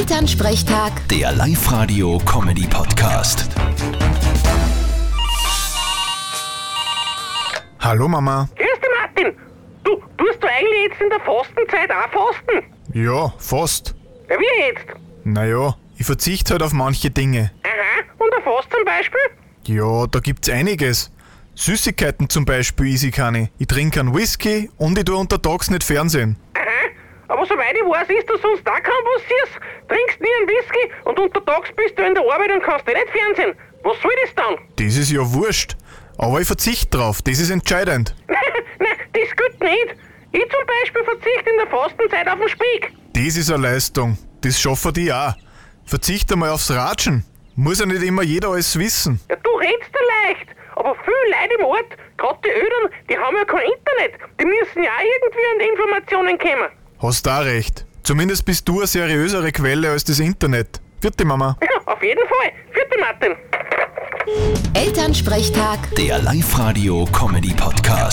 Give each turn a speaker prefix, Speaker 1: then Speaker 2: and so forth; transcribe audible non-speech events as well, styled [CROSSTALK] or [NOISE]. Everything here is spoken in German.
Speaker 1: Elternsprechtag,
Speaker 2: Der Live-Radio-Comedy-Podcast.
Speaker 3: Hallo Mama.
Speaker 4: Grüß dich, Martin. Du, tust du eigentlich jetzt in der Fastenzeit auch fasten?
Speaker 3: Ja, fast.
Speaker 4: Ja, wie jetzt?
Speaker 3: Naja, ich verzichte halt auf manche Dinge.
Speaker 4: Aha, und ein Fast zum Beispiel?
Speaker 3: Ja, da gibt's einiges. Süßigkeiten zum Beispiel is ich keine. Ich trinke einen Whisky und ich tu untertags nicht Fernsehen.
Speaker 4: Aha, aber soweit ich weiß, ist das sonst auch kaum passierst. Trinkst nie einen Whisky und untertags bist du in der Arbeit und kannst dich nicht fernsehen. Was soll das dann? [LAUGHS]
Speaker 3: Das ist ja wurscht. Aber ich verzichte drauf, das ist entscheidend.
Speaker 4: Nein, das gilt nicht. Ich zum Beispiel verzichte in der Fastenzeit auf den Speck.
Speaker 3: Das ist eine Leistung. Das schaffen die auch. Verzichte mal aufs Ratschen. Muss ja nicht immer jeder alles wissen.
Speaker 4: Ja, du redst da leicht. Aber viele Leute im Ort, gerade die Ödern, die haben ja kein Internet. Die müssen ja auch irgendwie an die Informationen kommen. [LAUGHS]
Speaker 3: Hast da recht. Zumindest bist du eine seriösere Quelle als das Internet. Vierte Mama.
Speaker 4: Ja, auf jeden Fall. Vierte Martin.
Speaker 1: Elternsprechtag.
Speaker 2: Der Live-Radio-Comedy-Podcast.